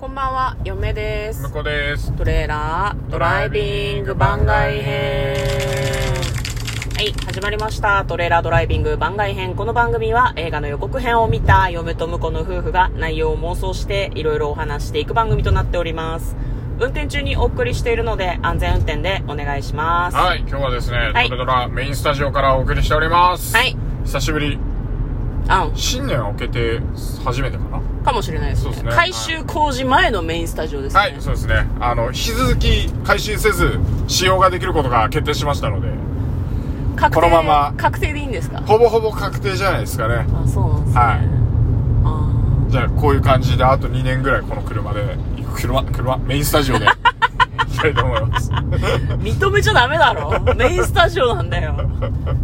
こんばんは、嫁です向。こうですトレーラードライビング番外編。はい、始まりました。トレーラードライビング番外編。この番組は映画の予告編を見た嫁と婿の夫婦が内容を妄想していろいろお話していく番組となっております。運転中にお送りしているので安全運転でお願いします。ははい今日はですね、はいトレドラメインスタジオからお送りしておりますい。久しぶりあん、新年明けて初めてかなかもしれないですそうね。ですね改修工事前のメインスタジオですね。はいそうですねあの引き続き改修せず使用ができることが決定しましたので確定このまま確定でいいんですかほぼほぼ確定じゃないですかねあ、そうなんですね。はいあじゃあこういう感じであと2年ぐらいこの車で車車メインスタジオで行きたいと思 いますー認めちゃダメだろメインスタジオなんだよ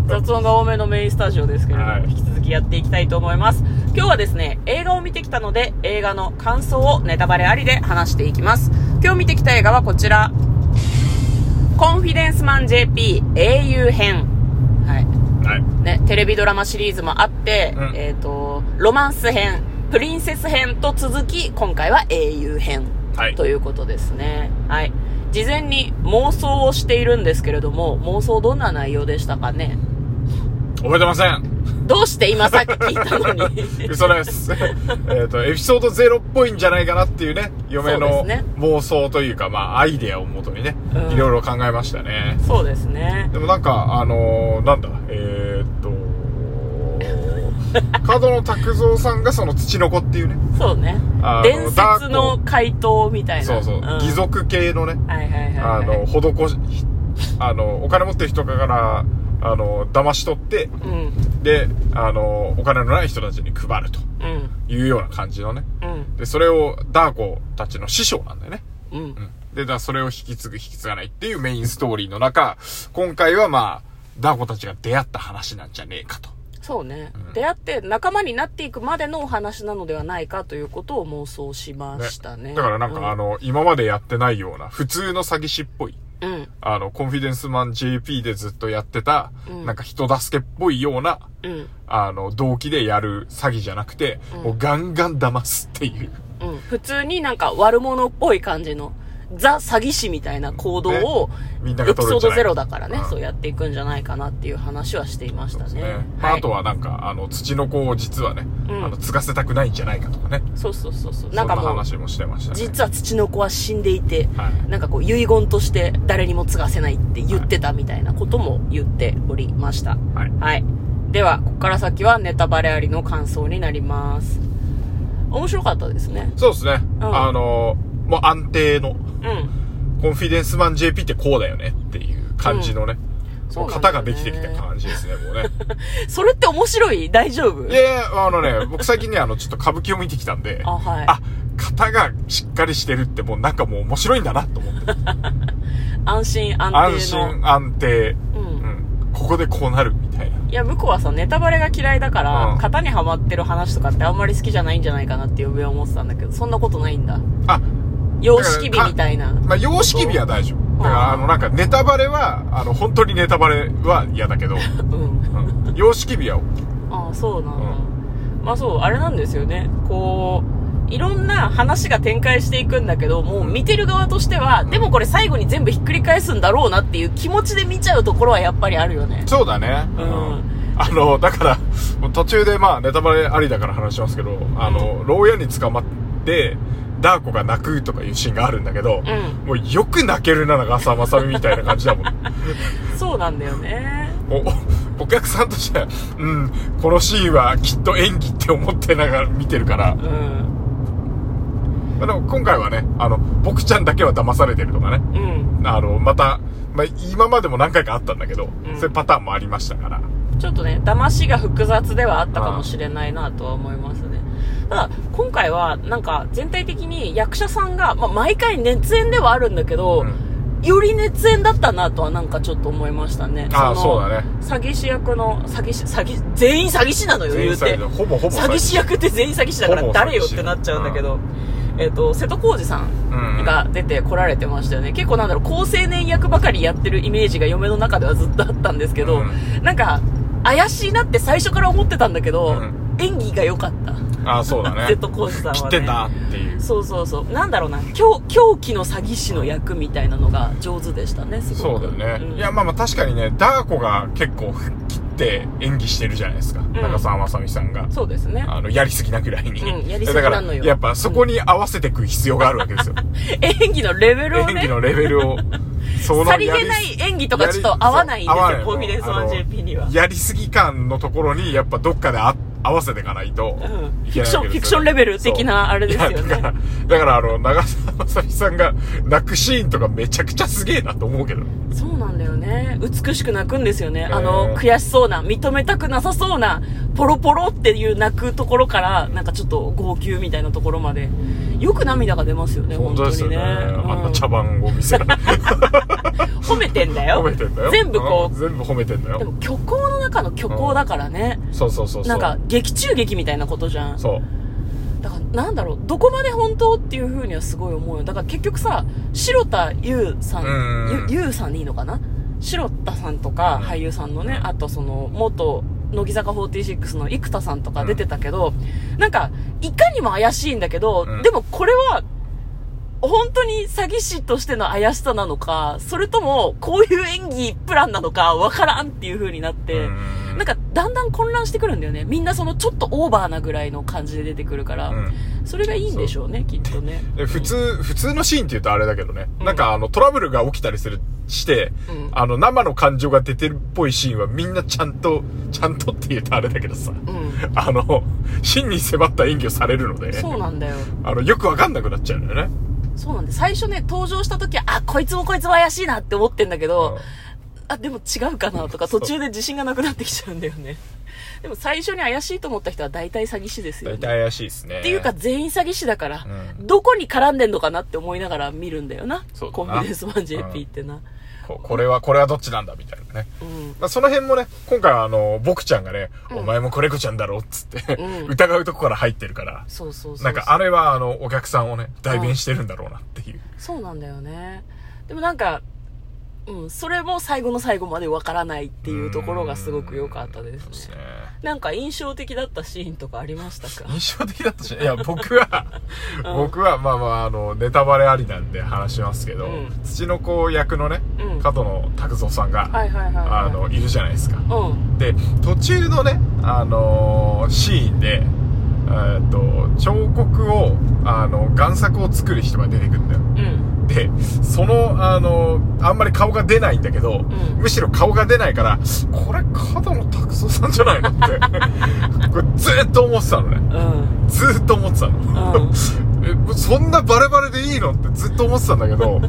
雑音が多めのメインスタジオですけれども、はい引き続きやっていきたいと思います今日はですね映画を見てきたので映画の感想をネタバレありで話していきます今日見てきた映画はこちら「コンフィデンスマン JP 英雄編」はいはいね、テレビドラマシリーズもあって、うんえっ、と、ロマンス編、プリンセス編と続き、今回は英雄編、はいということですね。はい。事前に妄想をしているんですけれども、妄想どんな内容でしたかね覚えてませんどうして今さっき聞いたのに 嘘ですえっとエピソードゼロっぽいんじゃないかなっていうね嫁そのうですね妄想というかまあアイデアをもとにね、うんいろいろ考えましたねそうですね。でもなんかあのーなんだえーっと 角野卓造さんがその土の子っていうねそうねあ。の伝説ダーのク回答みたいな。そうそう、ん義族系のねはいはいはい、あはい。の施しあのお金持ってる人からあの騙し取ってうん。であのお金のない人たちに配るとうん。いうような感じのねうん。で、それをダー子たちの師匠なんだよね。うんう。ん。で、だからそれを引き継ぐ、引き継がないっていうメインストーリーの中、今回はまあ、ダー子たちが出会った話なんじゃねえかと。そうね、ん出会って仲間になっていくまでのお話なのではないかということを妄想しましたね。だからなんか、あの、の、今までやってないような、普通の詐欺師っぽい、うん、あの、コンフィデンスマン JP でずっとやってた、うんなんか人助けっぽいような、うん、あの、動機でやる詐欺じゃなくて、うんもうガンガン騙すっていう。うん。普通になんか悪者っぽい感じの、ザ詐欺師みたいな行動を、みんなエがピ取るソんーじドゃないゼロだからね、うんそうやっていくんじゃないかなっていう話はしていましそうたですね。ね。まあはい、あとはなんか、あの、土の子を実はね、うんあの、継がせたくないんじゃないかとかね。そうそうそうそう。そなんんかなもう、話もしてましたね。実は土の子は死んでいて、はいなんかこう遺言として誰にも継がせないって言ってたみたいなことも言っておりました。はい。はい。では、ここから先はネタバレありの感想になります。面白かったですね。そうですね。んあのー、もう安定の、うん。コンフィデンスマン JP ってこうだよねっていう感じのね、そうなんだよね型ができてきた感じですね、もうね。それって面白い大丈夫いやいや、あのね、僕最近ね、あの、ちょっと歌舞伎を見てきたんで、あ、はい。あ、型がしっかりしてるってもうなんかもう面白いんだなと思って。安心安定の。安心、安定、う。うんん。ここでこうなるみたいな。いや、向こうはさ、ネタバレが嫌いだから、うん型にはまってる話とかってあんまり好きじゃないんじゃないかなっていう上は思ってたんだけど、そんなことないんだ。あ、様式美みたいな。まあ、様式美は大丈夫。だから、あの、なんかネタバレは、あの、本当にネタバレは嫌だけど、うん。うん様式美は OK。ああそうなんだ、まあそうあれなんですよねこういろんな話が展開していくんだけどもう見てる側としては、でもこれ最後に全部ひっくり返すんだろうなっていう気持ちで見ちゃうところはやっぱりあるよねそうだね。うんあの、だから、もう途中でまあ、ネタバレありだから話しますけど、あの、牢屋に捕まって、ダー子が泣くとかいうシーンがあるんだけど、うもうよく泣けるな、長澤まさみみたいな感じだもん。 そうなんだよねお、お客さんとしては、うん、このシーンはきっと演技って思ってながら見てるから、うんまあ、でも今回はね、あの、僕ちゃんだけは騙されてるとかね、うんあの、また、まあ、今までも何回かあったんだけど、うんそういうパターンもありましたから。ちょっとね騙しが複雑ではあったかもしれないなとは思いますねただ今回はなんか全体的に役者さんが、まあ、毎回熱演ではあるんだけど、うんより熱演だったなとはなんかちょっと思いましたねああ、のそうだね。詐欺師役の詐欺師詐欺全員詐欺師なのよ言うて前菜のほぼほぼ詐欺師役って全員詐欺師だからほぼ詐欺師誰よってなっちゃうんだけど、えっと瀬戸康史さんうんが出てこられてましたよね結構なんだろう高青年役ばかりやってるイメージが嫁の中ではずっとあったんですけど、うんなんか怪しいなって最初から思ってたんだけど、うん演技が良かったああ、そうだね。ジェットコースターはね切ってんだっていう。そうそうそうなんだろうな狂狂気の詐欺師の役みたいなのが上手でしたねすそごうくだよね。んいや、まあまあ確かにね、ダーコが結構切って演技してるじゃないですか。長澤まさみさんが。そうですねあの、やりすぎなぐらいに。うんやりすぎなのよだから、やっぱそこに合わせてく必要があるわけですよ。演技のレベルを演技ねのレベルを。そさりげない演技とかちょっと合わないんですよやりそう合わないのコンフィデンスマン JP にはあのやりすぎ感のところに、やっぱどっかであ合わせていかないうんといけないわけですよフィクションね、フィクションレベル的なあれですよねそういやだから、だからあの、長澤まさみさんが泣くシーンとかめちゃくちゃすげえなと思うけど。そうなんだよね美しく泣くんですよね、ーあの悔しそうな認めたくなさそうなポロポロっていう泣くところからなんかちょっと号泣みたいなところまでよく涙が出ますよね本本当当ですによねね。あんな茶うん番を見せられて。褒めてんだよ褒めてんだよ。 全部こん全部褒めてんだうでよ。も虚構の中の虚構だからね、そうそうそうそう。なんか、劇中劇みたいなことじゃんそう。だからなんだろうどこまで本当っていうふうにはすごい思うよだから結局さ白田優さんうんうんうんゆ優さんでいいのかな白田さんとかうん俳優さんのね、あとその元乃木坂46の生田さんとか出てたけど、なんかいかにも怪しいんだけど、うんでもこれは本当に詐欺師としての怪しさなのかそれともこういう演技プランなのかわからんっていう風になって、うんなんかだんだん混乱してくるんだよねみんなそのちょっとオーバーなぐらいの感じで出てくるから、うそれがいいんでしょうねきっとねんで普通、普通のシーンって言うとあれだけどね。うんなんかあの、トラブルが起きたりする、して、うんあの、生の感情が出てるっぽいシーンはみんなちゃんと、ちゃんとって言うとあれだけどさ。 うんあの、真に迫った演技をされるので、そうなんだよあの、よくわかんなくなっちゃうんだよね。そうなんで最初ね登場した時はあこいつもこいつも怪しいなって思ってんだけど、あでも違うかなとかそ途う中で自信がなくなってきちゃうんだよねでも最初に怪しいと思った人は大体詐欺師ですよ大ね体怪しいですね。っていうか、全員詐欺師だから、うんどこに絡んでんのかなって思いながら見るんだよなそうだなコンフィデンスマン JP ってな、ここれは、これはどっちなんだみたいなね。うん、まあ、その辺もね、今回はあの、僕ちゃんがね、お前もコレコちゃんだろっつって、うん疑うとこから入ってるから、そうそうそうそうなんかあれはあの、お客さんをね、代弁してるんだろうなっていう。そうなんだよねでもなんか、うん、それも最後の最後までわからないっていうところがすごく良かったでそうですすねね。なんか印象的だったシーンとかありましたか印象的だったし、いや、僕は、僕は、まあまあ、あの、ネタバレありなんで話しますけど、うん土の子役のね、うん加藤の拓三さんが、はいはいはい、はい、あの、いるじゃないですか。うんで、途中のね、あのーシーンで、えーっと、彫刻を、あの、贋作を作る人が出てくるんだよ。うんで、その、あのーあんまり顔が出ないんだけど、んむしろ顔が出ないから、これ、角野拓三さんじゃない のって、これずーっと思ってたのね。うんずーっと思ってたの、 えそんなバレバレでいいのってずっと思ってたんだけど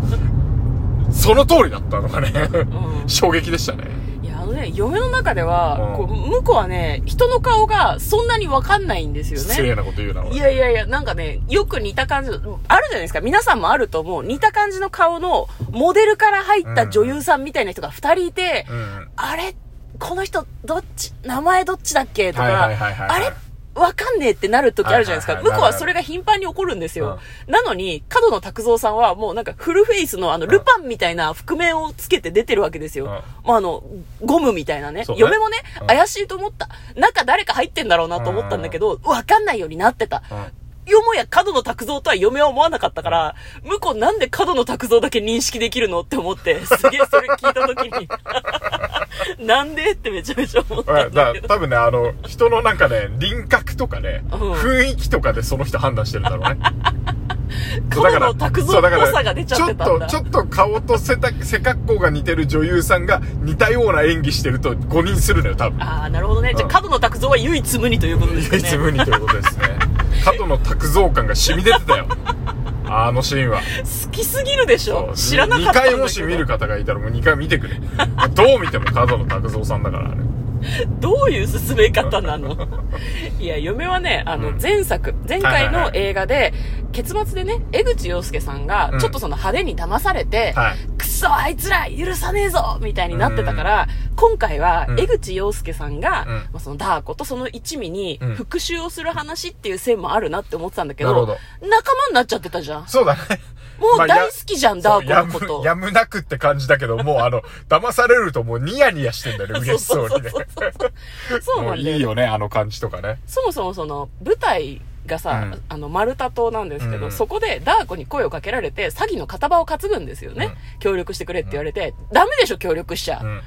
その通りだったのがね、うん衝撃でしたねいやあのね嫁の中では、うんこう向こうはね人の顔がそんなにわかんないんですよ失ね礼なこと言うな俺いやいやいや、なんかね、よく似た感じの、あるじゃないですか。皆さんもあると思う。似た感じの顔の、モデルから入った女優さんみたいな人が二人いて、うんあれこの人、どっち、名前どっちだっけとか、はいはいはいはいあれわかんねえってなる時あるじゃないですか。はい向はいこはいうはそれが頻繁に起こるんですよ。なのに、角野拓三さんはもうなんかフルフェイスのあの、ルパンみたいな覆面をつけて出てるわけですよ。うんまああの、ゴムみたいなね。そうね嫁もね、うん怪しいと思った。中誰か入ってんだろうなと思ったんだけど、わかんないようになってた。うんよもや角野拓三とは嫁は思わなかったから、向こうなんで角野拓三だけ認識できるのって思って、すげえそれ聞いた時に、 なんでってめちゃめちゃ思っただんだかけらど。多分ねあの人のなんかね輪郭とかね、うん雰囲気とかでその人判断してるんだろうねそう角野拓三っぽさが出ちゃってたんだ。そうだからちょっとちょっと顔と背た背格好が似てる女優さんが似たような演技してると誤認するのよ多分ああ、なるほどね。じゃあ角野拓三は唯一無二ということです唯ね。一無二ということですね加藤の拓造感が染み出てたよあのシーンは好きすぎるでしょ知らなかったんだ2けど。回もし見る方がいたらもう2回見てくれどう見ても加藤の拓造さんだからあれどういう進め方なのいや、嫁はね、あのう、ん前作、前回はいはいのはい映画で、結末でね、江口洋介さんうがん、ちょっとその派手に騙されて、はいくそ、あいつら許さねえぞみたいになってたから、今回はう、ん江口洋介さんが、うんまあそのダー子とその一味にうん復讐をする話っていう線もあるなって思ってたんだけど、なるほど仲間になっちゃってたじゃん。そうだねもうまあ大好やきじゃん、ダークのこと。やむやむなくって感じだけど、もう あの、騙されるともうニヤニヤしてんだよね、嬉しそうにね。そうなもうんだいよいよね、あの感じとかね。そもそもその舞台がさ、うんあの丸太島なんですけど、うんそこでダー子に声をかけられて詐欺の片場を担ぐんですよね、協力してくれって言われて、ダメでしょ協力しちゃ、うん。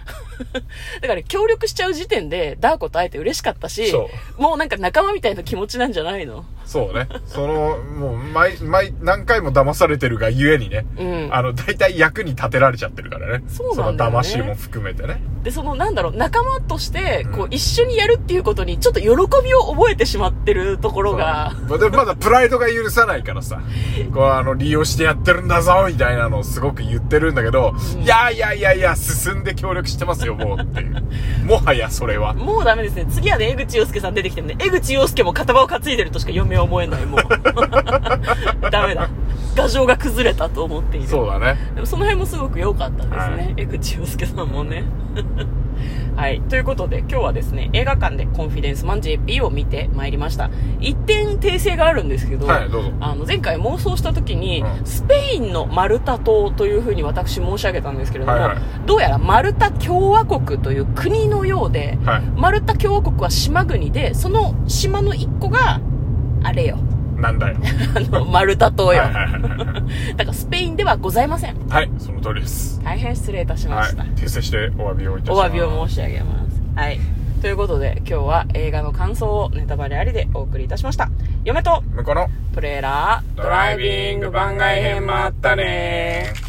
だから協力しちゃう時点でダー子と会えて嬉しかったしそもうなんか仲間みたいな気持ちなんじゃないのそうね。その、もう、毎、毎、何回も騙されてるがゆえにね。うんあの、大体役に立てられちゃってるからね。そうなんだよねの騙しも含めてね。でそのなんだろう仲間としてこう、うん一緒にやるっていうことにちょっと喜びを覚えてしまってるところがそうまあでもまだプライドが許さないか らさ、こうあの、利用してやってるんだぞ、みたいなのをすごく言ってるんだけど、いやいやいやいや、進んで協力してますよ、もうっていう。もはや それは。もうダメですね次はね江口洋介さん出てきてもね江口洋介も片場を担いでるとしか嫁は思えない もうダメだ牙城が崩れたと思っているそうだね。でもその辺もすごく良かったですね、はい江口洋介さんもね はいということで今日はですね映画館で「コンフィデンスマン JP」を見てまいりました一点訂正があるんですけど、はい、どうぞ。あの前回妄想した時に、うんスペインのマルタ島というふうに私申し上げたんですけれども、はいはいどうやらマルタ共和国という国のようで、はマルタ共和国は島国でその島の一個があれよ い。なんだよ。あのマルタ島はいよはいはいはい だからスペインではございません はい。その通りです。大変失礼いたしまはいした、。訂正してお詫びをいたしおます。詫びを申し上げますはいということで今日は映画の感想をネタバレありでお送りいたしました嫁と向こうのトレーラードドライビング番外編もあったねー。